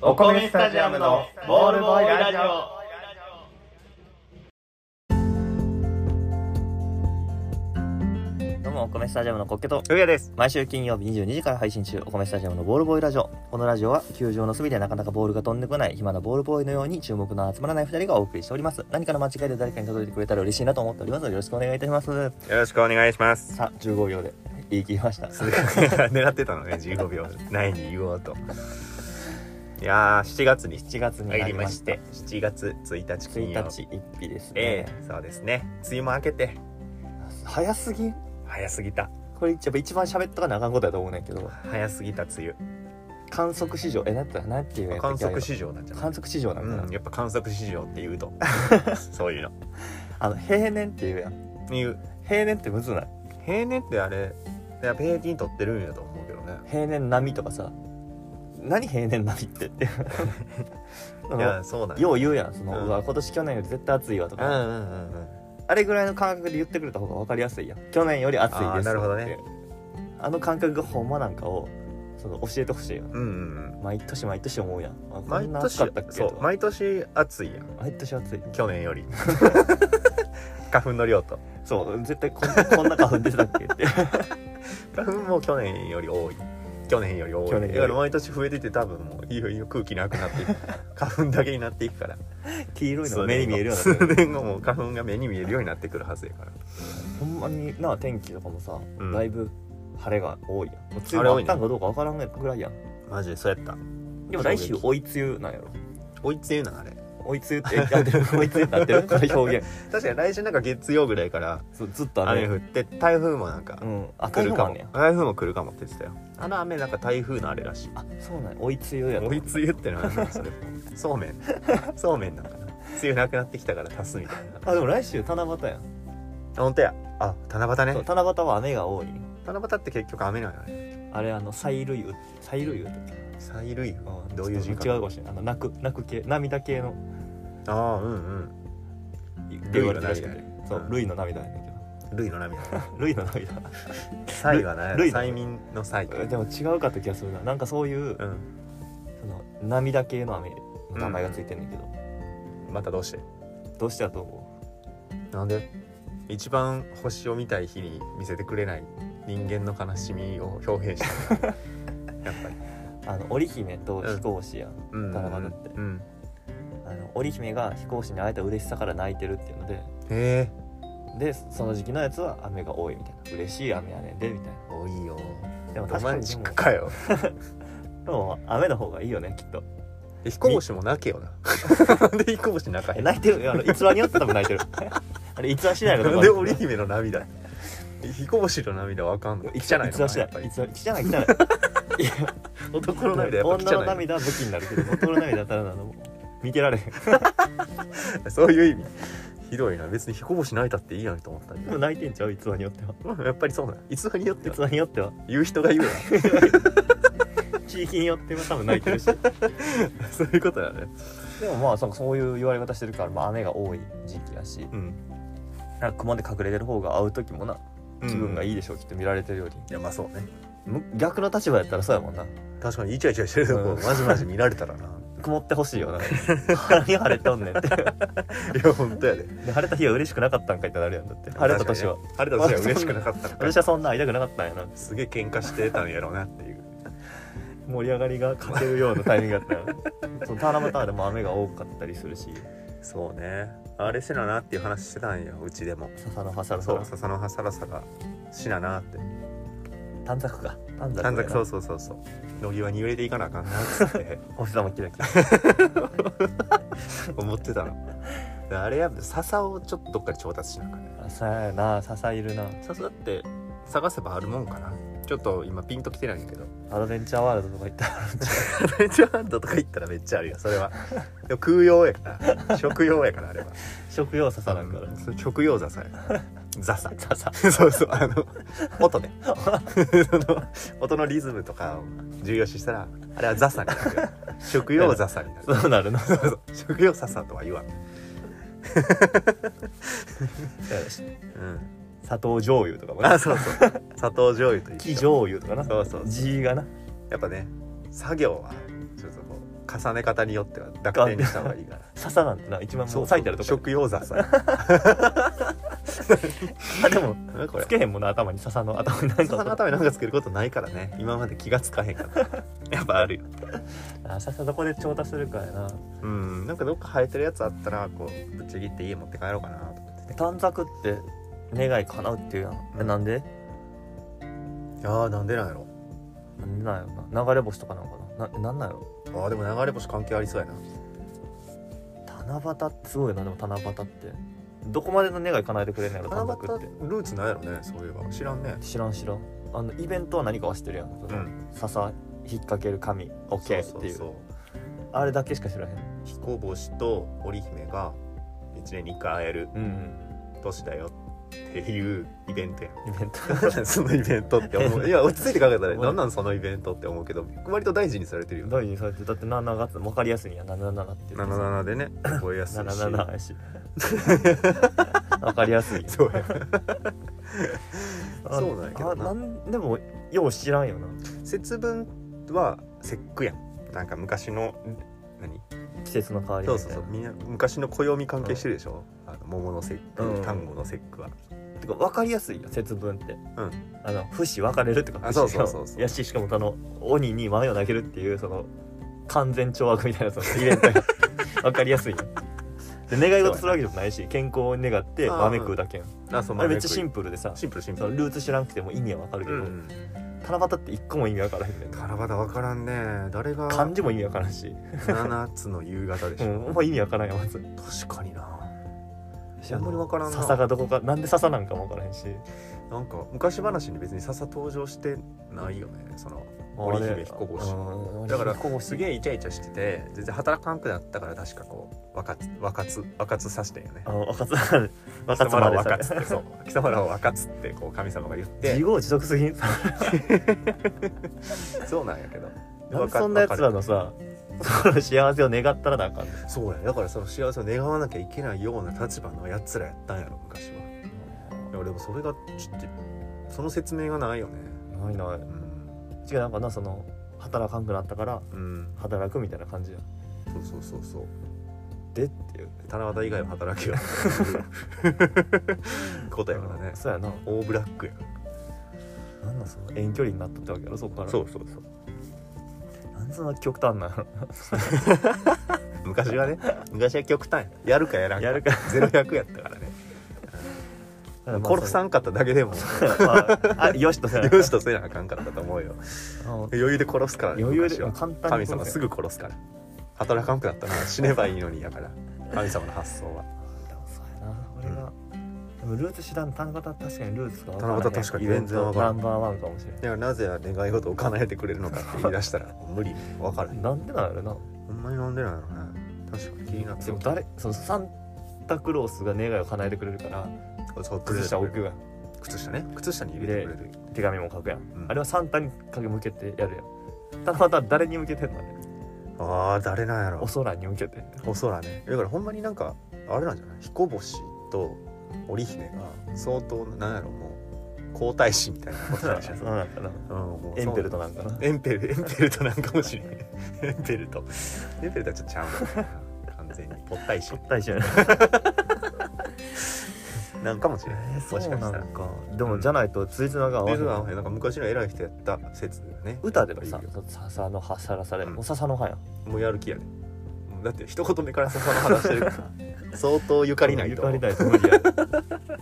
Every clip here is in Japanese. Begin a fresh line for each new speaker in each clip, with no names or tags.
お米スタジアムのボールボーイラジオ
どうもお米スタジアムのコッケと
ふうやです
毎週金曜日22時から配信中お米スタジアムのボールボーイラジオこのラジオは球場の隅でなかなかボールが飛んでこない暇なボールボーイのように注目の集まらない2人がお送りしております何かの間違いで誰かに届いてくれたら嬉しいなと思っておりますよろしくお願いいたします
よろしくお願いします
さあ15秒で言い切りました
狙ってたのね15秒ないに言おうといやー7月に
7月にな
入
り
りま
ま
し
して
て7月1日金曜
1日1日ですね、
ええそうですね梅雨も明けて
早すぎん
早すぎた
これやっぱ一番喋ったかなあかんことだと思うねんけど
早すぎた梅
観測史上えなんてなんていう
雨
やったっ
観
けあれ
測
は
史上なんじゃない
観測史上なんかな、
うん、やっぱ観測史上って言 うとそういうの
あの平年っていうやん
いう
平年ってむずない
平年ってあれやっぱ平均取ってるんやと思うけどね
平年並みとかさ何平年並みってってそ
いや
の
そうなん や
よう言うやんその、
う
うんわ今年去年より絶対暑いわと
うん
か、
うんうんうん
あれぐらいの感覚で言ってくれた方が分かりやすいやん去年より暑いです
あーなるほどね
ってあの感覚がほんまなんかをその教えてほしいよ
うんうん
毎年毎年思うやんあ
うん
こ
毎
んな暑か
年
ったっけ
そ
と
う
か
毎年暑いやん
毎年暑い
去年よ り花粉の量と
そう絶対こんなこんな花粉出てたっけって
花粉も去年より多い去年より多い
去年より
だから毎年増えてて多分もういよいよ空気なくなって いく花粉だけになっていくから
黄色いのが目に見えるようになって
数
る
年後も花粉が目に見えるようになってくるはずやから
ほんまにな天気とかもさ、
うん
だいぶ晴れが多いやんもう
晴
梅雨
れ多
あっ
いね
たんかどうか分からんぐらいやん
マジでそうやった
でも来週追い梅雨なんやろ
追いつゆなあれ
追い梅雨ってあでも追い梅雨になってる この表現
確かに来週なんか月曜ぐらいから
そうずっと雨
雨降って台風もなんか
うんあ
来
来
る
る
か
か
も
もね
台風も来るかもって言ってたよあの雨なんか台風のあれらしい
あそうなんや追い梅雨やと
追いつゆってのは何それ そうめんそうめんなんかな梅雨なくなってきたから足すみたいな
あでも来週七夕やん、
あ本当やあ七夕
そう
ね
七夕は雨が多い
七夕って結局雨なのよね
あれあの催涙雨催涙雨だっけ
催涙
ん
どういう字か
ちょっと違うかもしれないあの泣く泣く系涙系の
雨ああうんうん
って
類
言
の
われてるや
涙ね
んそう類の涙やねんけ
類の涙
ど類の涙
催はね
類の
催眠の 催
でも違うかった気がするななんかそういう
うん
その涙系の雨の名前がついてんねんけど、
またどうして
どうしてだと思
なんで一番星を見たい日に見せてくれない人間の悲しみを表現した やっぱり
うあの織姫と飛行士やん、
うん
七夕って
うん
あの織姫が飛行士に会えた嬉しさから泣いてるっていうので
へえ
でその時期のやつは雨が多いみたいな嬉しい雨やねんでみたい
多いよ
なでも
ロ
確
マ
か
ン
に
チ
でも
ックかよ
でも雨の方がいいよねきっと
で飛行士も泣けよな なんで飛行士泣かへ
え
ん
泣いてる いやあの逸話によって多分泣いてる あれ逸話しないの
な
か
んで織姫の涙飛行士の涙わかんの
逸話
のか
しな
なや
い
っぱり
逸話しない汚い汚 いいや
男の涙やっぱ
女の
汚い
涙は武器になるけど男の涙たらなのも見てられへん
そういう意味ひどいな別に飛行士泣いたっていいやんと思ったけ
でも
ど
泣いてんちゃう逸話によっては
うんやっぱりそうなん逸話によっては
逸話によっては
言う人が言う
地域によっては多分泣いてる し
な そういうことだね
でもまあそそういう言われ方してるから、まあ、雨が多い時期やし
うん
なんか雲で隠れてる方が会う時もな気分がい
い
いでしょう、きっと見られてるより
いやまあそうね
む逆の立場やったらそうやもんな
確かにイチャイチャしてるとこ
うん
マジマジ見られたら な
曇ってほしい よな何晴れとんねんって
いや本当やで
で晴れた日は嬉しくなかったんかいってなるやんだって晴れた年は、
晴れた 年は嬉しくなかったのか
私はそんな会いたくなかったんやな
すげえ喧嘩してたんやろうなっていう
盛り上がりが欠けるようなタイミングだったよね そう七夕でも雨が多かったりするし
そうねあれせななっていう話してたんようちでも
笹の葉さらさ
そ
ら
う笹の葉サラサラしななって
短冊か短冊
短冊そう
そ
そうそうそう野際に揺れていかなあかんなっつって
うお日様キラキラ
思ってたのあれやっぱ笹をちょっとどっかで調達しなあかんね
あさやな笹いるな
笹だって探せばあるもんかなちょっと今ピンときてないんやけど
アドベンチャーワールドとか行ったらあるんちゃ
アドベンチャーハンドとか行ったらめっちゃあるよそ れはでも空用やから食用やからあれは
う食用笹なんかな
そう食用笹やザサ
笹
そうそうあの音 ねその音のリズムとかを重要視したらあれはザサになるよ食用ザサになる
そうなるな
そうそう食用笹とは言わん、うん、
砂糖醤油とかもね
あそうそう砂糖醤油と
木
一緒
醤油とかな
そうそう
地がな
やっぱね作業はちょっとこう重ね方によっては濁点にした方がいいから
笹なんてな一番もう
そ
咲いてあるとこ
食用ザサ
あでも
なんだこれ
つけへんもんな頭に笹の頭になん
笹の
か
頭に何かつけることないからね今まで気がつかへんかったやっぱあるよ
あ笹どこで調達するかやな
うんなんかどっか生えてるやつあったらこうぶっちぎって家持って帰ろうかなと思ってて
短冊って願い叶うっていうやん、え
うん
なんで
いやーなんでなんやろ
なんでなんやろな流れ星とかなんかなななんなんやろ
あーでも流れ星関係ありそうやな
七夕ってすごいなでも七夕ってどこまでの願い叶えてくれんのやろ短冊って
ルーツなんやろねそういえば知らんね
知らん知らんあのイベントは何かは知ってるやん、その
ん
笹引っ掛ける紙 OK っていう
そうそうそう
あれだけしか知らへん
彦星と織姫が1年に1回会える
うん
年だよっていうイベントやん
イベント
そのイベントって 思ういや落ち着いて考えたら
うん
何なんそのイベントって思うけど割と大事にされてるよね
大事にされてだって7月分かりやすいんや77って言ってさ
77でね覚えやすいし
77やし 分かりやすいよ
そうや
あ
そうなんやけどな
あなんでもよう知らんよな
節分は節句やんなんか昔の何
季節の変わり
そ
目
う
み
そ
たいな
うそうみんな昔の暦関係してるでしょ、あの桃の節句、
うん
単語の節句は
てか分かりやすいよ節分って、
ん
あの不死分かれるってか
あそうそうそう
不死
そう
がやししかもその鬼に豆を投げるっていうその完全懲悪みたいなそのイベント が分かりやすいよで願い事するわけでもないし健康を願って
あー
豆食うだけやん
あそう
あれめっちゃシン
プ
プルでさ
シンプルシンプ
その
ル
ルーツ知らなくても意味は分かるけ
う
ど、
ん
七夕って一個も意味分からへんねんな
七夕分からんね誰が
漢字も意味分からんし、
7つの夕方でし
う
ょ、
ん、ほんま意味分からんやんまず
確かになあんまり分からんな
笹がどこかなんで笹なんかも分からへんし
なんか昔話に別に笹登場してないよねその織姫彦星だからすげ
え
えイチャイチャしてて全然働かんくなったから確かこう若つ若つ若つさしてんよね
あの若津
貴
若津ま
様らを
でさ
若つってそう貴様らを若つってこう神様が言っ
自
て
業自得すぎん
そうなんやけど
なんでそんなやつらのさその幸せを願ったらなんかんねん
そうやだからその幸せを願わなきゃいけないような立場のやつらやったんやろ昔はいやでもそれがちょっとその説明がないよね
ないない
うん、
違うなんかなその働かんくなったから
うん、
働くみたいな感じや
そうそうそうそう
でっていう
七夕以外は働 けよことやからね
そうやな
オーブラックや
なんなんその遠距離になったってわけやろそっから
うそうそう
なんでそんな極端なんやろ
昔は ね昔は極端ややるかやらんか
や るか
ゼロ百やったからね殺さ
ん
んかっただけでも
あよしとせな
よしとせなあかんかったと思うよ
あの
余裕で殺すからね
余裕で
昔は
簡単に
神様す
ぐ
ぐ殺すから働かんくなったら死ねばいいのにやから 神様の発想は
そうやな俺が、でもルーツ知らん単語は確かにルーツが分
七夕確かに全然分から
ナ
ん
ンバーワンかもしれん
だからなぜ願い事を叶えてくれるのかって言い出 したら無理分からへん
なんでなんやろな
ほんまに飲んでないのね確かに気になって
でも
きた
誰そのサンタクロースが願いを叶えてくれるから
そうくれ
靴下
てくれ
置
る
くやん
靴下ね靴下に入れてくれる
手紙も書くやん、
ん
あれはサンタに影向けてやるやんただまた誰に向けてんのあれ
ああ誰なんやろ
お空に向けて
お空ねだからほんまになんかあれなんじゃない彦星と織姫が相当なんやろもう皇太子みたいなことなんじゃ
そう
ない
なんかな
うんもう
エンペルトなんかな
エンペルエンペルトなんかもしれないエンペルトエンペルトはちょっとちゃうな完全にぽったいし
大事やね
なんかもしれない、もしかしたら
かでもじゃないとついつなが合わ
で
へん
なんかなんか昔の偉い人やった説だよね
歌でもさ
やっぱ
「笹の葉さらされ」
うん
もう笹の葉やん
りもうやる気やで、もうだって一言目から笹の話してるから相当ゆかりないと
ゆかりないと無理や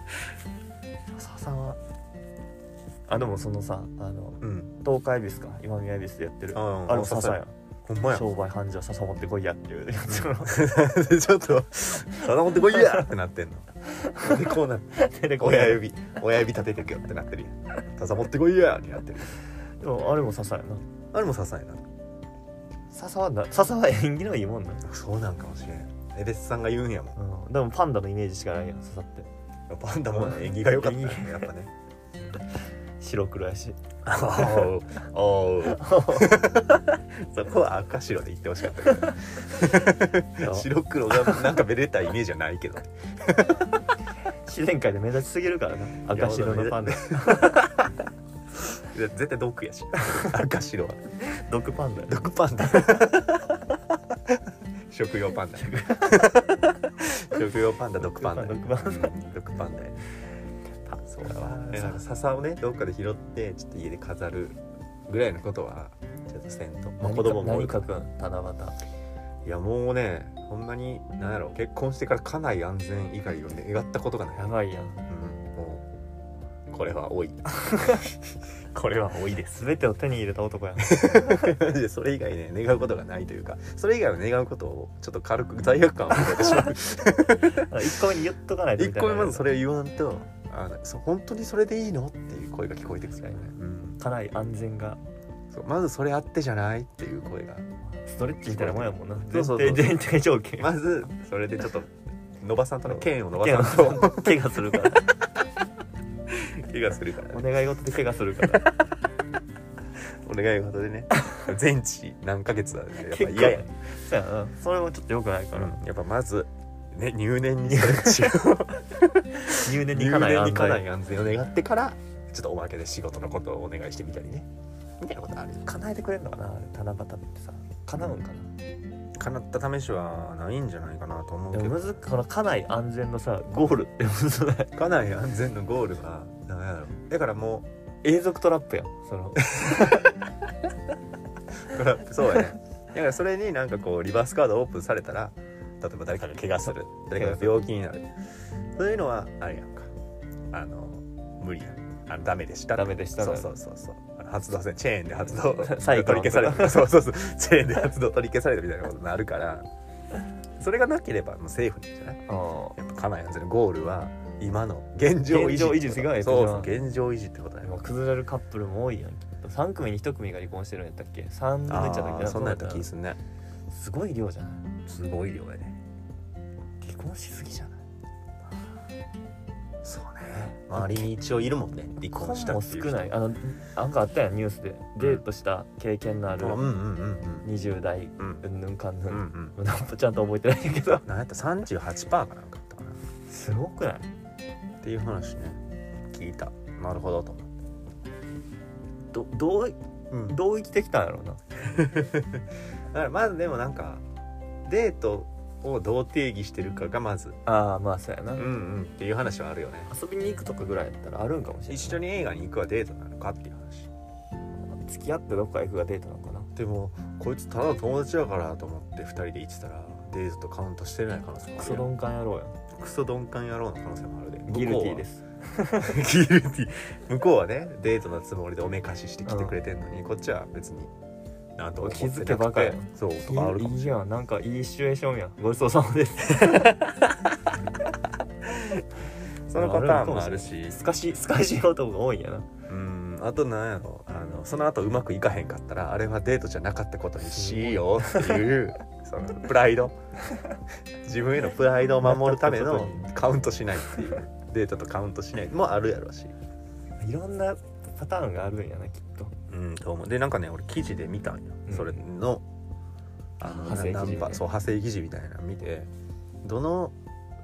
笹はあでもそのさあの
うん
東海恵比寿か今宮恵比寿でやってるあ
あ
れも笹やん
ほんまや
商売繁盛笹持ってこいやっていうやつ
ちょっと「さだ持ってこいや!」ってなってんのなんでこうなって
手 でこうや
親
る
指親指立ててくよってなってるやん「さだ持ってこいや!」ってなってる
でもあれも笹やな
あれもささやな
笹はな笹は縁起のいいもんな
そうなんかもしれんエベスさんが言うんやもん
うんでもパンダのイメージしかないやん笹って
パンダも縁起が良かったよねやっぱね
白黒やし
おおうそこは赤白で言ってほしかったけど白黒がなんかめでたいイメージじゃないけど
自然界で目立ちすぎるからな赤白のパンダ
絶対毒やし赤白は
毒パンダや
毒パンダ食用パンダ食用パンダ毒パンダ
毒パン
うん毒パンダや
パン
そうだわねなんか笹をねどっかで拾ってちょっと家で飾るぐらいのことはちょっとせんと、まあ、子供も多
何
いか
からくん七
いやもうねほんまに何やろ結婚してから家内安全以外を願ったことがない
夕やばいやん
うんもうこれは 多い
これは多いです全てを手に入れた男 やん
マジでそれ以外ね願うことがないというかそれ以外を願うことをちょっと軽く罪悪感を覚えてしまう
一個目に言っとかないとみ
一
たい
個
な
目まずそれを言わんとあのそ本当にそれでいいのっていう声が聞こえてくるからね、うん、
家内安全が
そうまずそれあってじゃないっていう声が
ストレッチみたいなもんやもんな
そう
前
そうそう
提前提条件
まずそれでちょっと伸ばさんとね剣を伸ば
怪
さんと
我 怪我するから
怪我するから
お
ね
願い事で怪我する から
お願い事で ね全治何ヶ月だねやっぱ
結構
嫌や、
そうやなそれもちょっと良くないから
うんやっぱまずね入念にそれ違う
入念に
入
家内
念
安
に
全
家内安全を願ってからちょっとおまけで仕事のことをお願いしてみたりねみたいなことある
叶えてくれるのかな七夕ってさ叶うんかな
叶った試しはないんじゃないかなと思
でもむずこの家内安全のさゴールってむずない
家内安全のゴールは何やろだからも
永続トラップやんそ の
うトラップそうやねだからそれになんかこうリバースカードオープンされたら例えば誰かが怪我する誰かが病気になるそういうのはあれやんかあの無理やあのダメでした
ダメでした
そ
ね
うそうそうそうあの発動せチェーンで発動
サイクロ
取
ン
り消されたそうそうそうチェーンで発動取り消されたみたいなことになるからそれがなければもうセーフなんじゃないやっぱ家内安全のゴールは今の現状維
現
持
状維持ですが
そうそう現状維持ってことだ
今
よ
崩れるカップルも多いやん3組に1組が離婚してるんやったっけ3分の
あ
1だっけ
ーそんなんやった
っ
気すんね
すごい量じゃない
すごい量やね
離婚しすぎじゃない
そうね周りに一応いるもんね離婚した
も
って
少
いう人
ないあのなんかあったやんニュースでデートした経験のあ
あう
る
んうんうん
20代
うんうん
うんぬんかんぬ
うんうんん
なんかちゃんと覚えてないんやけど
何やった38%かなんかあったかな
すごくない
っていう話ね聞いたなるほどと思って
どどう
うんだ
どう生きてきたんやろうな
からまずでもなんかデートをどう定義してるかがまず
ああまあそうやな、
うんうんっていう話はあるよね
遊びに行くとかぐらいやったらあるんかもしれない
一緒に映画に行くはデートなのかっていう話
付き合ってどっか行くがデートなのかな
でもこいつただの友達だからと思って2人で行ってたらデートとカウントしてない可能性も
ク
あ
ソ
るよ
鈍感野郎や
クソ鈍感野郎の可能性もあるで
ギルティーですす
ギルティ向こうはねデートのつもりでおめかししてきてくれてんのに、こっちは別になんとも思ってなくて
気づけばかり
そうとかあるかも
いいやんなんかいいシチュエーションやんごちそうさまです
そのパターンもあるし
スカシスカシ男が多いんやな
うんあとなんやろあのその後うまくいかへんかったらあれはデートじゃなかったことにしようっていう そのプライド自分へのプライドを守るた めのカウントしないっていうデートとカウントしないもあるやろし
いろんなパターンがあるんやなきっと
うんと思うでなんかね俺記事で見たんよ、
うん
それのあの
派生記事
なナンパ
ね
そう派生記事みたいなの見てどの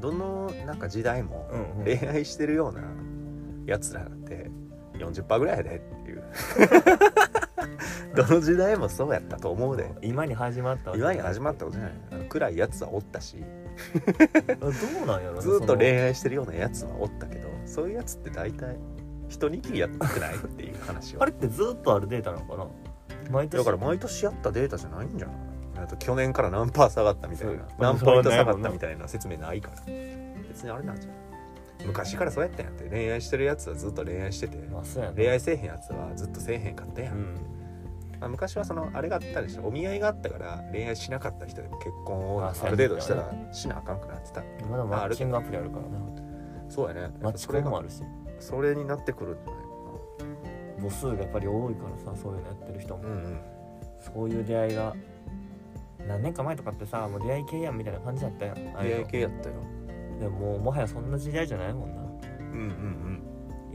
どのなんか時代も
うんうん
恋愛してるようなやつらなんて40%ぐらいやでっていう どの時代もそうやったと思うで
今に始まったわけ
今に始まったことじゃないあの暗いやつはおったし
どうなんやろな
ずっと恋
愛
愛してるようなやつはおったけどそういうやつって大体人にきりやってないっていう話を
あれってずっとあるデータなのかな毎年
だから毎年やったデータじゃないんじゃないあと去年から何パー下がったみたい
そう
な何ポイント下がったみたいな説明ないから別にあれなんじゃない昔からそうやったんやって恋愛してるやつはずっと恋愛してて
まあそうやね
恋愛せえへんやつはずっとせえへんかったや、
うんん
まあ、昔はそのあれがあったでしょお見合いがあったから恋愛しなかった人でも結婚をあ
あそうや
る
ね
程度したらしなあかんくなってた
今でもマッチングアプリあるからな
そうやね
マッチ
そ
コン
れ
も
が
あるし
それになってくるんじゃないか
母数がやっぱり多いからさそういうのやってる人も
なうんうん
そういう出会いが何年か前とかってさもう出会い系やんみたいな感じだったやんああいう
出
の
会い系やったよ
でももうもはやそんな時代じゃないもんな
うんうん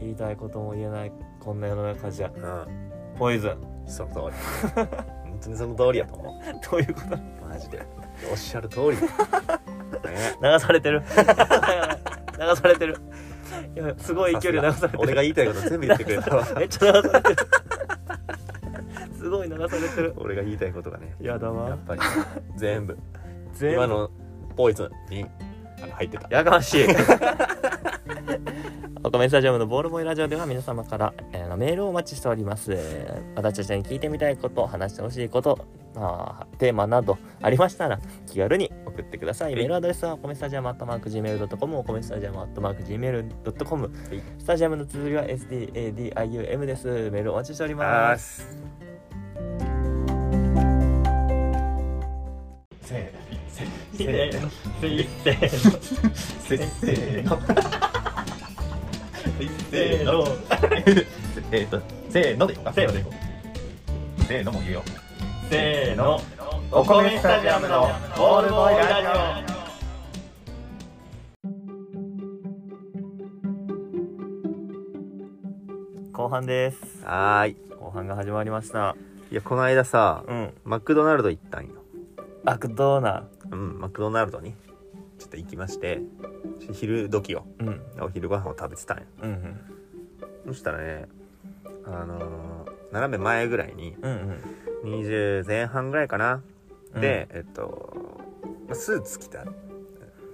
言いたいことも言えないこんな世の中じゃ
うんうん
ポイズン
その通り 本当にその通りやと思う
どういうこと
マジでおっしゃる 通りね
流されてる 流されてるやばいすごい勢いで流されてる
俺が言いたいこと全部言ってくれ たわ
めっちゃ流されてるすごい流されてる
俺が言いたいことがね
やだ
や
わ
っぱり全部
全
今
部
のポイズンにあの入ってた
やがましいお米スタジアムのボールボーイラジオでは皆様から、えーメールをお待ちしておりますえー私たちに聞いてみたいこと話してほしいことまあテーマなどありましたら気軽に送ってください
はい
メールアドレスはお米スタジアムアットマーク Gmail.com お米スタジアムアットマーク Gmail.com
い
スタジアムの綴りは SDADIUM ですメールお待ちしており
あ
ま
ー
す
す
せーせー
せ
せ
ー
ー
の
の
せーの
せーの
せーの
えーとせーのでいこうか
せーのでい
こうせーのも言うよ
せーの
お米スタジアムのボールボーイラジオ
後半です
はーい
後半が始まりました
いやこの間さ
うん
マクドナルド行ったんよ
マクドーナ
うんマクドナルドにちょっと行きましてちょっと昼時を
うん
お昼ご飯を食べてたんよ
うん
そしたらねあのー斜め前ぐらいに
うんうん
20前半ぐらいかな
うん
で、えっとまあスーツ着た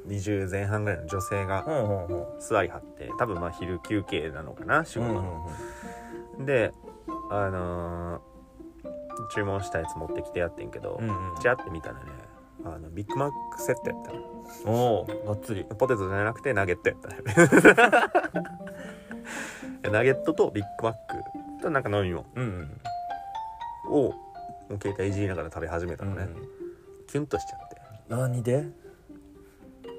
20前半ぐらいの女性
う
が
んうんうん
座りはって多分まあ昼休憩なのかな仕
うん
事
う
の、
んうん
であのー注文したやつ持ってきてやってんけど、
うんうん
チャって見たらねあのビッグマックセットやったの
おおがっつり
ポテトじゃなくてナゲットやったね ナゲットとビッグマックとなんか飲み物
うんうん
をもう携帯いじりながら食べ始めた
うん
の
う
ね、
ん
キュンとしちゃって
何で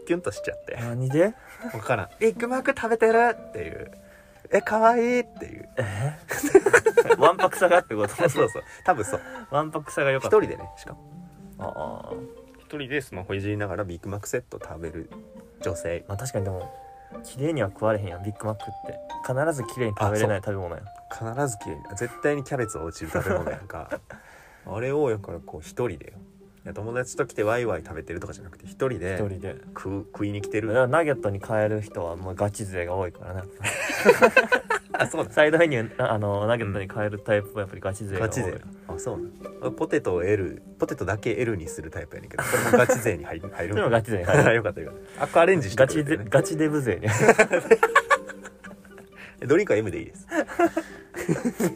キュンとしちゃ って
何で
分からん「ビッグマック食べてる!」っていう「え可愛いっていう
わんぱくさがってこと
そうそうそう多分 そう
わんぱくさが良
一
かった
人でねしかも
ああ
一人でスマホいじりながらビッグマックセット食べる女性
まあ確かにでも綺麗には食われへんやんビッグマックって必ず綺麗に食べれない食べ物やん
必ず綺麗に絶対にキャベツは落ちる食べ物やんかあれをやからこう一人でよいや友達と来てワイワイ食べてるとかじゃなくて一人で
一人で
食う食いに来て
だか
る
らナゲットに変える人はもうガチ勢が多い からね
あそうだ
サイドメニューなあのナゲットに変えるタイプはやっぱりガチ勢が多い
ガチ勢あそうなのポテトを L ポテトだけ L にするタイプやねんけどこれもガチ勢 に入る入
でも
る
ガチ勢に変える
あ よかったよかったアクアレンジして
ガ
くれ
チ
て
で
ね
ガチデブ勢に
ドリンクは M でいいです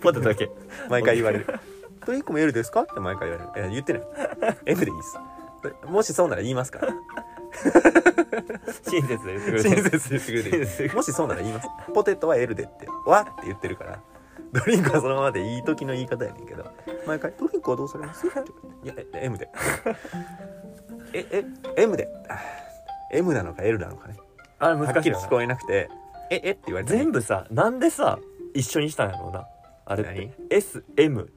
ポテトだけ
毎回言わ れる「ドリンクも L ですか?」って毎回言われるいや言ってない M でいいですもしそうなら言いますから
親切で言ってくれて
親切で言ってくれ
親切
て もしそうなら言いますポテトは L でって「わ」って言ってるからドリンクはそのままでいい時の言い方やねんけど毎回「ドリンクはどうされます?」って言われて「いやえ M で」え「え M で」あー「M なのか L なのかね
あれ
は
難
っ
し
き
い
り
よ
聞
な
こえなくて「ええっ?」て言われて
全部さなんでさ一緒にしたんやろうなあれって
何
SM って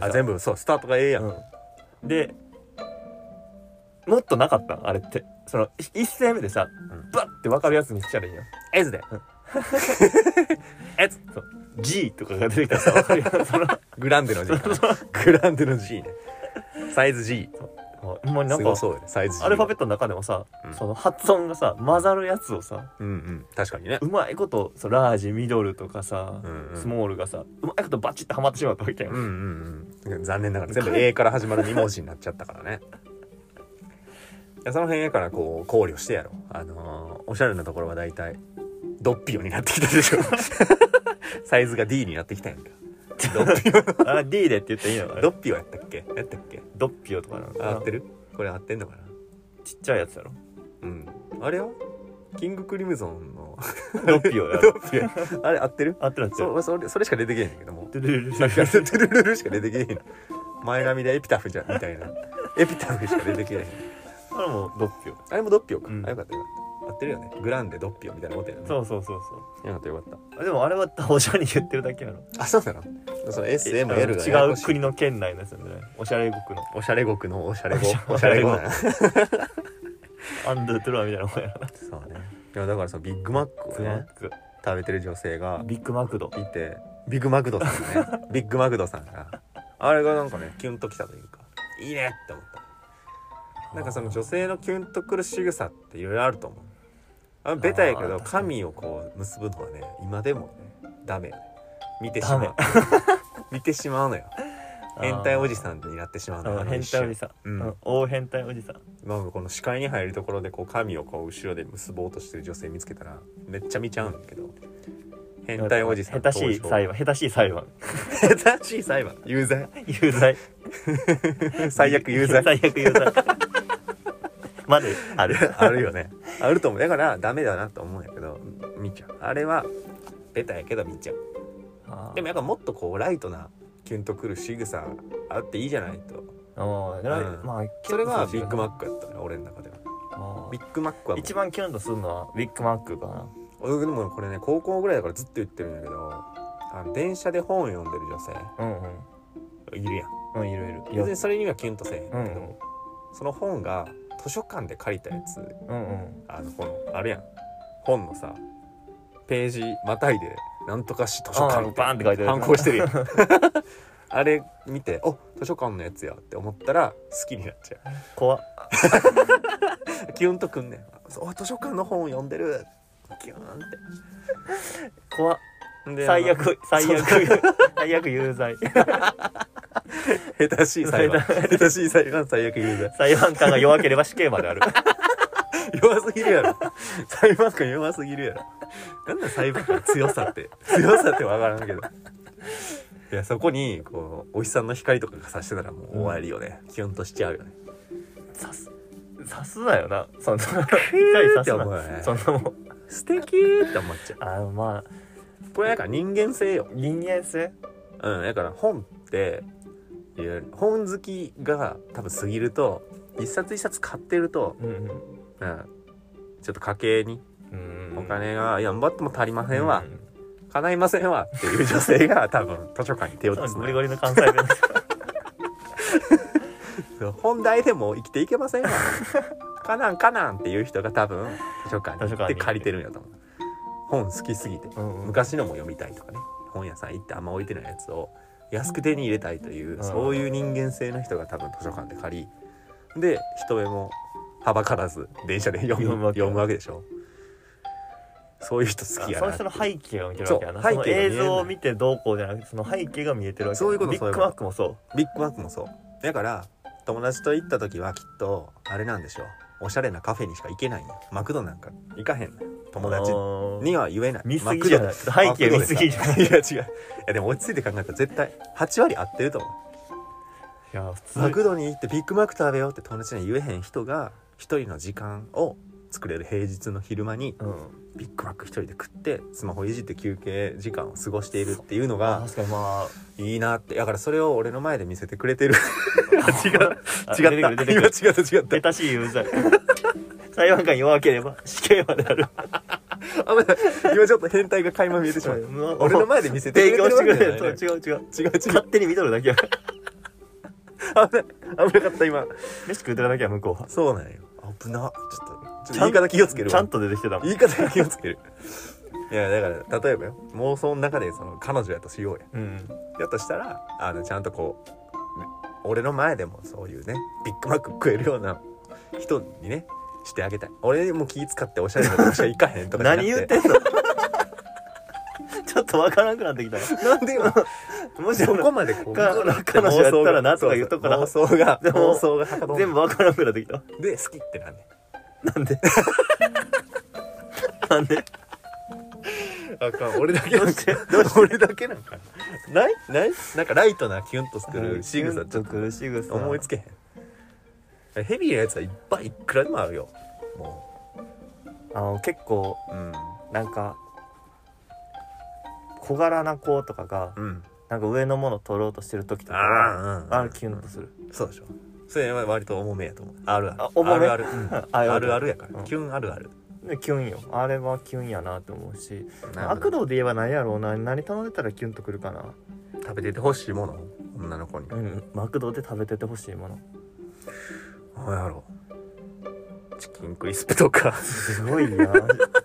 さ
あ全部そうスタートがええやん、
うん、でもっとなかったんあれってそのい一戦目でさ、
ん
バッて分かるやつにしたらいいやん
S で
つそう G とかが出てきたらさ分かる やんその
グランデの G かなグランデの G ねサイズ G
ほんまになん
すご
か
そうよねサイズ G
アルファベットの中でもさ、
うん
その発音がさ混ざるやつをさ
うんうん確かにね
うまいことそうラージミドルとかさ、
うんうん
スモールがさうまいことバチッとはまってしまったわけやん、
うんうんうん残念ながら全部 A から始まる2文字になっちゃったからねいやその辺やからこう考慮してやろうあのーおしゃれなところは大体ドッピオになってきたでしょサイズが D になってきたやんかドッピ
あ D でって言ったらいいのか
オ
な
ドッピオやったっけやったっけ
ドッピオとかなのか
合
な
ってるこれ合ってんのかな
ちっちゃいやつやろ
うんあれはキングクリムゾンの
ドッピオや
ド
ろ
ッピオあれ合ってる
あってなっちゃう
そそれそれしか出てけえへんねんけども
ドゥルルルル
さっきからトゥルルルしか出てけえへん前髪でエピタフじゃんみたいなエピタフしか出てけえへん
あれもドッピオ
あれもドッピオか、
うん
あよかったよかった合ってるよねグランデドッピオみたいなことやね
そうそうそうそう
うよかったよかっ
あでもあれはおしゃれに言ってるだけやろ
たあそうなのその SML が
違
ややこ
う
しい
国の県内のやつなんじゃないおしゃれ国の
おしゃれ国のおしゃれ語
お
お
し
し
ゃ
ゃ
れ
れ
語
語だなそう
アンドゥトゥロワみたいなもんやろ
ねいやだからそのビッグマックをね
ビッグ
食べてる女性が
ビッグマクド
いてビッグマクドさん ねビッグマクドさんがあれがなんかねキュンときたというかいいねって思ったなんかその女性のキュンとくる仕草っていろいろあると思う。あベタやけ
あー
ど
確かに
髪をこう結ぶのは ね今でもねダメよね見てしま
ダ
う見てしまうのよ変態おじさんになってしまうのよ
う
あ
ん
の
変
一
態おじ
瞬
さん、
うん
うん大変態おじさん
なんかこの視界に入るところでこう髪をこう後ろで結ぼうとしてる女性見つけたらめっちゃ見ちゃうんだけど変態おじさん
下手しい裁判下手しい裁 判
登場下手しい裁判有罪
有罪
最悪有罪
最悪有罪まである
あるよねあると思うだからダメだなと思うんやけど見ちゃうあれはベタやけど見ちゃうでもやっぱもっとこうライトなキュンとくる仕草あっていいじゃないと
もうん
うん
まあ
それはビッグマ
ッ
ックやったね俺の中では
ク
ビッグマックはもう
一番キュンとするのはビッグマックかな
俺でもこれね高校ぐらいだからずっと言ってるんだけどあの電車で本読んでる女性
うんうん
いるやん
うんいろいろ
別にそれにはキュンとせえへんけ
う
ど、
んうん
その本が図書館で借りたやつ
うんうん
あのこのあれやん本のさページまたいで「なんとか市図書館」
あーバーンって書いてある
反抗してるやんあれ見て「お図書館のやつや」って思ったら好きになっちゃ
怖っ
うキュンとくんねん「お図書館の本読んでる」キューンって
怖っ
で
最
あの
悪最悪 最悪有罪
下手し い裁判下手しい裁判最悪言うぜ
裁判官が弱ければ死刑ま である
弱すぎるやろ裁判官弱すぎるやろなんだ裁判官の強さって強さってわからんけどいやそこにこうお日さんの光とかがさしてたらもう終わりよね、キュンとしちゃうよね
刺す刺すなよなその一回
ー
刺
って
す
思うよね
なそのもう
素敵ーって思っちゃう
あのまあ
これだから人間性よ
人間性
うんだから本っていや本好きが多分過ぎると一冊一冊買ってると、
うん
うん、ちょっと家計に
うんうん
お金が頑張っても足りませんわ、
うん
叶いませんわっていう女性が多分図書館に手を出す
ゴ
の
リ
よ
ゴリの関西 弁
本題でも生きていけません わカナンカナンっていう人が多分図書館に行って借りてるんやと思う本好きすぎて
うんうん
昔のも読みたいとかね本屋さん行ってあんま置いてないやつを安く手に入れたいという、
うん
そういう人間性の人が多分図書館で借りで人目もはばからず電車で読む
読むわけ
読むわけでしょそういう人好きや
そ
な
の
っ
人
て
の背景を見てるわけやな
そ
そうの
背景が見え
映
る
像を見てどうこうじゃなくてその背景が見えてるわけやな
そういうこと
ビ
そうい
ッ
う
グ
こと
マックもそう
ビッグマックもそうだから友達と行った時はきっとあれなんでしょうおしゃれなカフェにしか行けないんよマクドなんか行かへんのよ友達に
は
は言えない
見すぎじゃない背景見すぎじゃない
い
い
や違ういやでも落ち着いて考えたら絶対8割合ってると思
や普
うマ
通
クドに行ってビッグマック食べようって友達には言えへん人が一人の時間を作れる平日の昼間に
うん
ビッグマック一人で食ってスマホいじって休憩時間を過ごしているっていうの
あ
が
確かにま
いいなってだからそれを俺の前で見せてくれてる
あ
違う
あ
違った
出てくる出てくる
今 違った違った
下手しい有罪裁判官弱ければ死刑まである
危ない今ちょっと変態が垣間見えてし まった俺の前で見せて
提供してくれ
る
ると 違う違う
違う違う危
勝手に見とるだけや
ない危なかった今
飯食うてるだけや向こうは
そうなんよ危なちょっとち
ち
ょ
ゃ
っと言い
ん
方気をつける
ちゃ
わ
んと出てきてたもん
言い方気をつけるいやだから例えばよ妄想の中でその彼女やとしようや
うん
やとしたらあのちゃんとこうね俺の前でもそういうねビッグマック食えるような人にねしてあげたい俺も気使っておしゃれなとこしか行かへんとかじゃなく
何言ってんのちょっとわからんくなってきたよ
なんで今
もし
そ
ろ
こまでこう
か
グッて
彼女やったらなとか言うとこな
妄想が
でも
妄想が妄想が
全部わからんくなってきた
で好きってなんね
なんでなんで
あかん俺だけなんか俺だけなんかなないないなんかライトなキュンとする仕草ちょっ
苦しぐ
と思いつ
け
けへんヘビーなやつはいっぱいいくらでもあるよも
あの結構
ううん
なんか小柄な子とかが
うん
なんか上のもの取ろうとしてる時とか
あーうん
あるキュンとする
そうでしょそれは割と重めやと思うあるある
あ重め
あるある、 うん
あ
あるあるやから、
うん
キュンあるある
でキュンよあれはキュンやなと思うし
なるほ
悪
ど
道で言えば何やろうな何頼んでたらキュンとくるかな
食べててほしいもの女の子に
うん悪道で食べててほしいもの
何やろうチキンクリスプとか
すごいな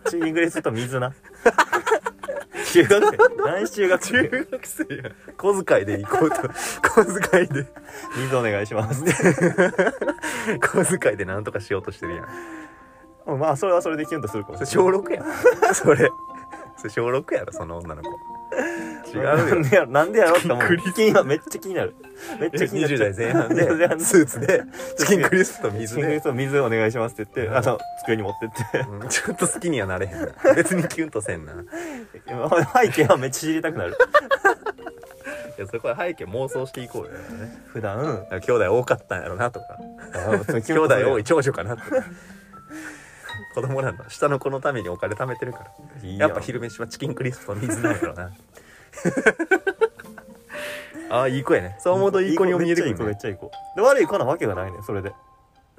チーニングレスと水な 中学生男子中学生
中学生や小遣いで行こうと小遣いで
水お願いし ます
小遣いでなんとかしようとしてるやん
うんまあそれはそれでキュンとするかも
それ
しれ
小
ない
6やんそれそれ小6やろその女の子違うよ
なんでやろなんでやろって思
チキンク
う
リ
気になるめっちゃ気になるめっちゃ気になる
20代前半
前半
でスーツでチキンクリスプと水
シングル
で、
と水お願いしますって言って、あの、机に持ってって。
うんちょっと好きにはなれへんな別にキュンとせんない
背景はめっちゃ知りたくなる。
やそこは背景妄想していこうよ、ね、
普段、
兄弟多かったんやろなとか兄
兄
弟多い。長女かなとか子供なんだ下の子のためにお金貯めてるから
いいや
やっ
っ
ぱ
ぱ
昼飯はチキンクリスプと水なんやろな ああいい子やねそう思うといい子にも見えてくる
めっ
ね
ちゃいい子めっちゃいい子。で、悪い子なわけがないね、それで。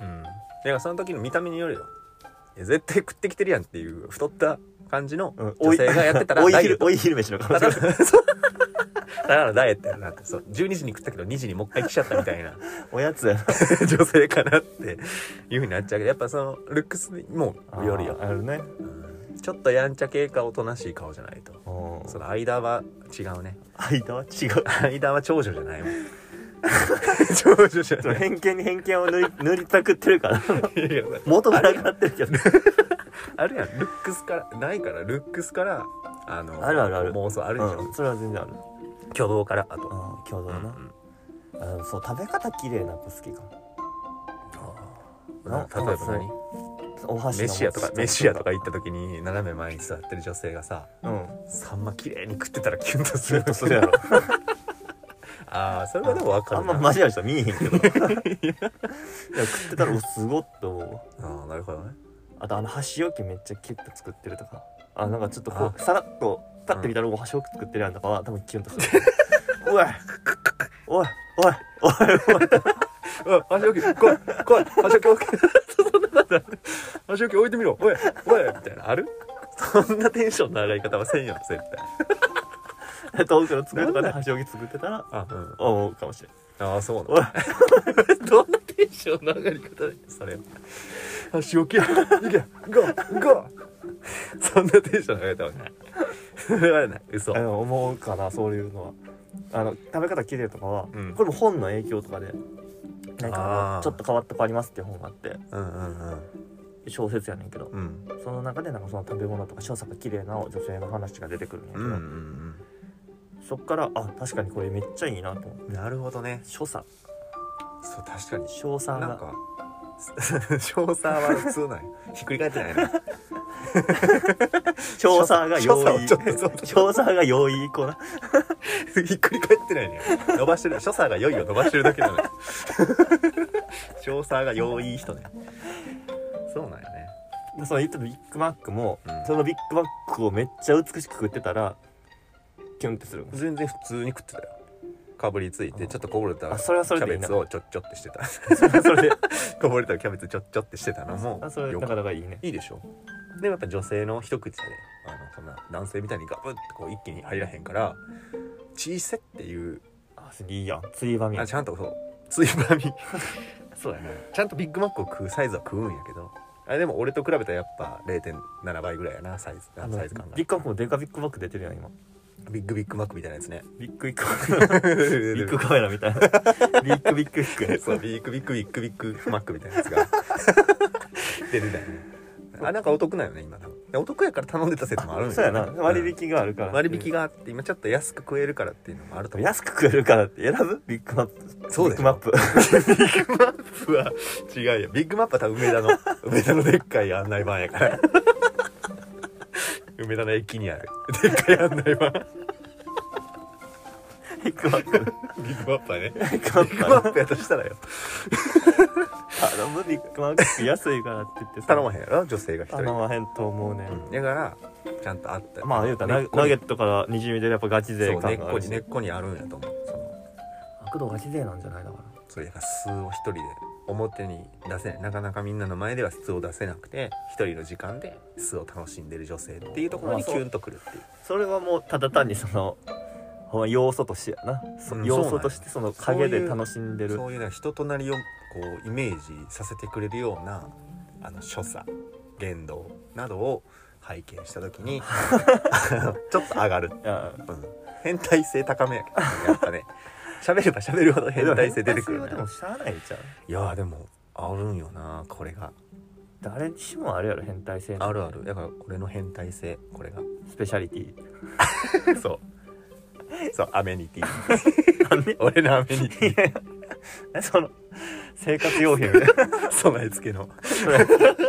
うんだからその時の見た目によるよいや絶対食ってきてるやんっていう太った感じの
うん
女性がやってたら
おい
ダイエ
昼
ッ、ト
おい昼飯の可能
た
性
だ
が。
の そうただのダイエットやなってそう12時に食ったけど2時にもう一回来ちゃったみた いな
おやつやな。
女性かなっていうふうになっちゃうけどやっぱそのルックスにもよるよ
あるね。
うんちょっとやんちゃ系かおとなしい顔じゃないと
うん
その間は違うね
間は違う。
間は長女じ ゃないもん長女じゃない
偏見に偏見を塗り、塗りたくってるから。
いや
元からなくなってるけど。
あるやんルックスからないからルックスからあの
あるあるある
妄想あるでしょ、
うんそれは全然ある。
挙動からあ
うん
と、、
共同
うん
な。あそう、食べ方綺麗な子好きかも。
うんな
な
例えば
そう
何
お箸の
メシアとか
持ち
メシアとか行った時に斜め前に座ってる女性がさ
うん。
サンマ綺麗に食ってたらキュンとす
ず
る
っとするやろ。
ああそれはでも分か
あ
る
ん
な
まマジな人は見えへんけど。いや、食ってたら、おすごっと思うわ。
ああなるほどね
あと、あの、箸置きめっちゃキュッと作ってるとか。あ、なんかちょっとこう、さらっと、立ってみたらお箸置き作ってるやんとかは、多分キュンとする。おいおいおいおい
うん箸置き来い来い箸置き置け そんなことある箸置き置いてみろおいおいみたいなあるそんなテンションの上がり方はせんよ絶対
おい遠くの机とかで箸置き作ってたら、
あうん
思うかもしれん。
ああそうな
おい
の どんなテンションの上がり方だよそれは箸置きや行けゴーゴーそんなテンションの上がり方はないそれはない嘘
あの思うかなそういうのはあの食べ方綺麗とかは、
うん
これも本の影響とかでなんかあ
あー
のちょっと変わった子ありますっていう本があって
うんうん
小説やねんけど
うん
その中でなんかその食べ物とか所作が綺麗な女性の話が出てくるんやけ
う
ど、
んうん
そっからあ確かにこれめっちゃいいなと思って
うんなるほどね
所作
そう確かに
賞賛
なん
が
か 小三は普通なんやひっくり返ってないな
賞賛が
所
容
作を
易
ちょっとそう
賞賛が容易こな
ひっくり返ってないのよ伸ばしてる所作が良いを伸ばしてるだけなのよ 所作が良い人ねそうなんよね
その言ったビッグマックも、
うん
そのビッグマックをめっちゃ美しく食ってたらキュンってする
全然普通に食ってたよかぶりついてちょっとこぼれた
あそれはそれ
キャ
でい
ベ
いな
ツをちょっちょってしてた
それはそれで
こぼれたキャベツちょっちょってしてたのも
あそれ
よ
な
か
かな
っ
かいいね
たいいでしょでもやっぱ女性の一口であのそんな男性みたいにガブッてこう一気に入らへんから小せっていう
あそれいいやん釣りばみ
あちゃんとそうついばみそうやなちゃんとビッグマックを食うサイズは食うんやけどあれでも俺と比べたらやっぱ0.7倍ぐらいやなサイズ
あ
あ
の
サイズ感が
ビッグマックもデカビッグマック出てるやん今
ビッグビッグマックみたいなやつね
ビッグビッグビッグカメラみた いなビッグビッグビッグ
そうビッグビッグビッグビッグマックみたいなやつが出てたよねあなんかお得なんよね今多分でお得やから頼んでた説もあるんよ
そうやな割
うん
引があるから
割引があって今ちょっと安く食えるからっていうのもあると思う
安く食えるからって選ぶビッグマップ
そう
ビッ
でし
グ
ょ
マップ
ビッグマップは違うよビッグマップは多分梅 田の梅田のでっかい案内板やから梅田の駅にあるでっかい案内板
ビッグマップ
ビッグマップはね
ビッグマ
ビッグマ
ップ
ップやとしたらよ
頼むビッグマップ安いからって言ってさ
頼まへんやろ女性が一
頼
人、
まへんと思うね
うん、だからちゃんとあった
まあ言うたら
根
ナ
っこ
ナ
に
ゲットからにじみでやっぱガチ勢
そう根
感
っ
があ
こ
る
に根っこにあるんやと思うその
悪道ガチ勢なんじゃないだから
そういや素を一人で表に出せないなかなかみんなの前では素を出せなくて一人の時間で素を楽しんでる女性っていうところにキュンとくるっていう
それはもうただ単にそのほんま要素としてやな、そ
うん
要
そうなん
素
や
としてその影で楽しんでる
そういうな人となりをこうイメージさせてくれるようなあの所作言動などを拝見した時 にちょっと上がる、
あ
うん、変態性高めやけどねやっぱね喋れば喋るほど変態性出てくるよ
でも
ね
しゃあないじゃん
いやーでもあるんよなこれが
誰にしもあるやろ変態性
あるあるだから俺の変態性これが
スペシャリティ
そうそうアメニティ俺のアメニティ
その生活用品みたいな
備え付けの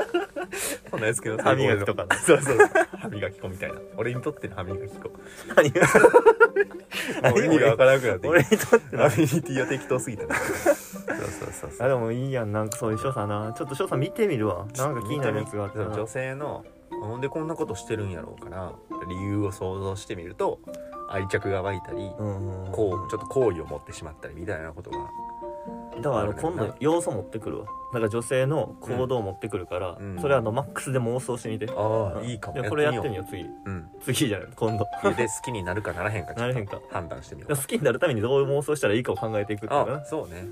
備え付けの
歯磨きとかの
そうそう歯磨き粉みたいな俺にとっての歯磨き粉
何が
もう意味がわからなくなってきた
俺にとっての
アメニティが適当すぎたなそうそうそうそ
あ
う
でもいいやんなんかそういう所作なちょっと所作見てみるわなんか気になるやつがあったら
そう女性のなんでこんなことしてるんやろうかな理由を想像してみると愛着が湧いたり、
うんうん
こうちょっと好意を持ってしまったりみたいなことが
だからあの今度要素持ってくるわなんか女性の行動を持ってくるから、
うん
それあのマックスで妄想してみて、
ああ、
うん
いいかも
でこれやってみ
よ
よう次
う、うん、
次じゃない今 度
で好きになるかならへんかちょっと
なれへんか
判断してみよ
好
う
きになるためにどういう妄想したらいいかを考えていくっていう
あ
か
そうね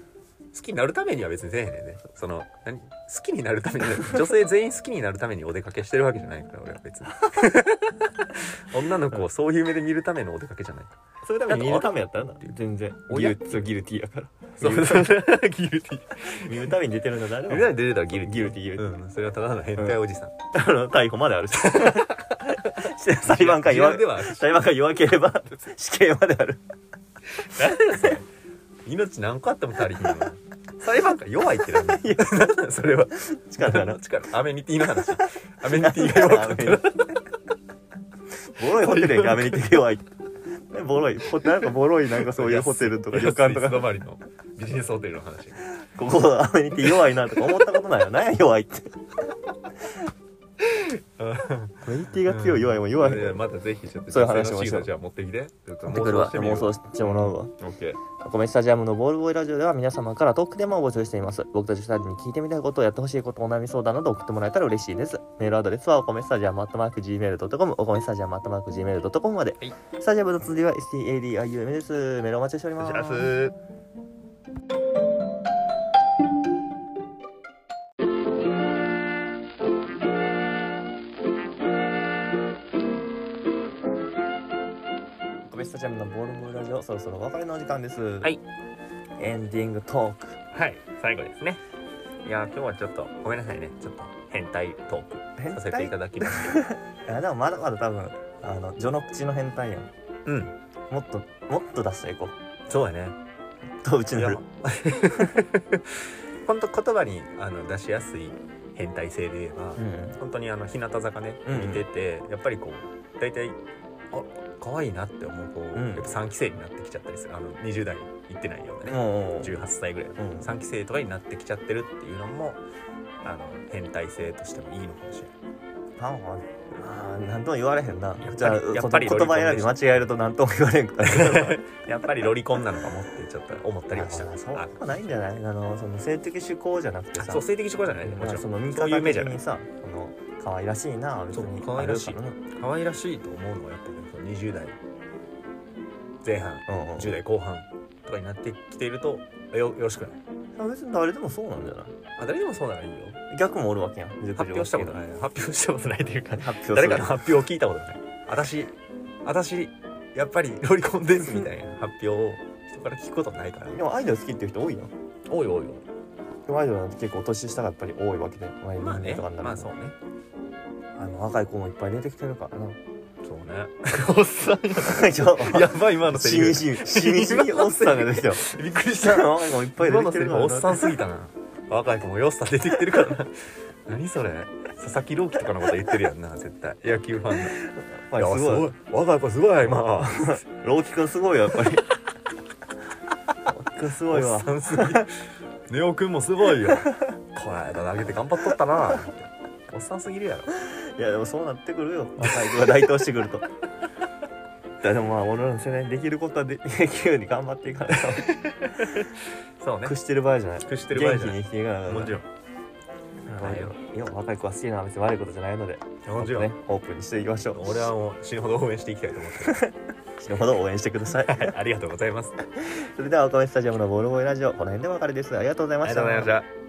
好きになるためには別にせえへんねんねその何好きになるために女性全員好きになるためにお出かけしてるわけじゃないから俺は 別に女の子をそういう目で見るためのお出かけじゃない
それために見るためやったらな全然ギ
親
ルそうギルティーやから
そう
ギル
そうギルティ
見るために出てるんだ誰
みん
も
なで出てたらギルティ
ギルティーギルティ
うん、それはただの変態おじさん、
ーあの逮捕まであるし 裁判官言わ
自虐ではあるし
裁判官弱ければ死刑まである
命何個あっても足りひんの裁判官弱いってな んだよなんなんそれは
力だな
力アメニティの話アメニティが弱かったら
ボロいホテルやんけアメニティ弱いってねボロいほなんかボロいなんか そういうホテルとか旅館と
安い
か
素泊まりのビジネスホテルの話
ここアメニティ弱いなとか思ったことないよ何や弱い ってアメニティが強い弱いも弱い
ややまたぜひちょっと
そういう話もしよう
女性のシールをじゃあ持ってきてちょっと
持ってくるわ
してみよ
妄
う
想してもらうわ
オッケー
コメスタジアムのボールボーイラジオでは皆様からトークテーマを募集しています。僕たち2人に聞いてみたいことをやってほしいこと、お悩み相談など送ってもらえたら嬉しいです。メールアドレスはおこめスタジアムアットマーク Gmail.com、おこめスタジアムアットマーク Gmail.com まで。
はい
スタジアムの続きは STADIUM です。メールお待ちしております。
す。
コメスタジアムのボールボーイラジオ、そろそろお別れのお時間です。はいエンディングトーク。
はい最後ですねいやー今日はちょっとごめんなさいねちょっと変態トーク
変
させていただきま した
いやでもまだまだ多分、あの、序の口の変態やん。
うん
もっと、もっと出していこ
そうやね
う。とうちのる。
本当言葉にあの出しやすい変態性で言えば、
うん。
本当にあの日向坂ね
うんうん
見てて、やっぱりこう大体あ可愛いなって思う子、
ん
やっぱ3期生になってきちゃったりするあの20代行ってないようなね、
もう、
18歳ぐらいの
うん
3期生とかになってきちゃってるっていうのもあの変態性としてもいいのかもしれない
なんかあーなんとも言われへんな
ぱり
じゃあ
やっぱり
こ
ロ
言
リコ
葉
ン
選び間違えると何とも言われへんから
やっぱりロリコンなのかもってちょっと 思ったりはした
あーそ
あ
うないんじゃないあのその性的趣向じゃなくて
あ
さ
そう性的思考じゃないねも
ま
ち
あ
ろん
その見
そ
方
ういう目
的
じゃない
にさこの可愛らしいな別に
そう可愛らしい
あるからな
可愛らしいと思うのはやっぱりその20代前半
うんうん
10代後半とかになってきているとよよろしくない
あ別に誰でもそうなんじゃない
あ誰でもそうならいいよ
逆もおるわけやん発
発表したことないい発表したことないというか
発表する
誰かの発表を聞いたことない私私やっぱりロリコンですみたいな発表を人から聞くことないから
でもアイドル好きっていう人多いよ
おいおい
でもアイドルなんて結構年下がやっぱり多いわけでマイ
おい
ル
まあ
ー
ね
ムとかになる
まあ
と
そうね
あの若い子もいっぱい出てきてるから な
そうね おっさん
ちょ
やばい今のセ
し
リ
み
フ
しみしみしみおっさんが出てきたよ
びっくりし
下
た
の若い子もいっぱい出
今
て
の
きて
セリ
る
フ
か
お
ら
っさんすぎたな若い子もよっさん出てきてるから な何それ佐々木朗希とかのこと言ってるやんな絶対野球ファンの
まあ
いや
すごい
すごい若い子 すごい今
ローキ君すごいよやっぱ りローキ君すごい
おっ
わ
さんすぎネオくんもすごいよこないだ投げて頑張っとったなおっさんすぎるやろ
いやでもそうなってくるよ若い子が台頭してくるといやでもまあ俺らの世代にできることはで きるように頑張っていかないと
そうね
屈してる場合じゃない
屈してる場合じゃない
元気に生きていかないと
もちろん
まあいいよ若い子は好きなのは別に悪いことじゃないので
もちろん、
ねオープンにしていきましょう
俺はもう死ぬほど応援していきたいと思って
死ぬほど応援してくだ さい
るありがとうございますあ
それではおかめスタジアムのボールボーイラジオこの辺でお別れですありがとうござい
り
ま
が
し
と
た
うございました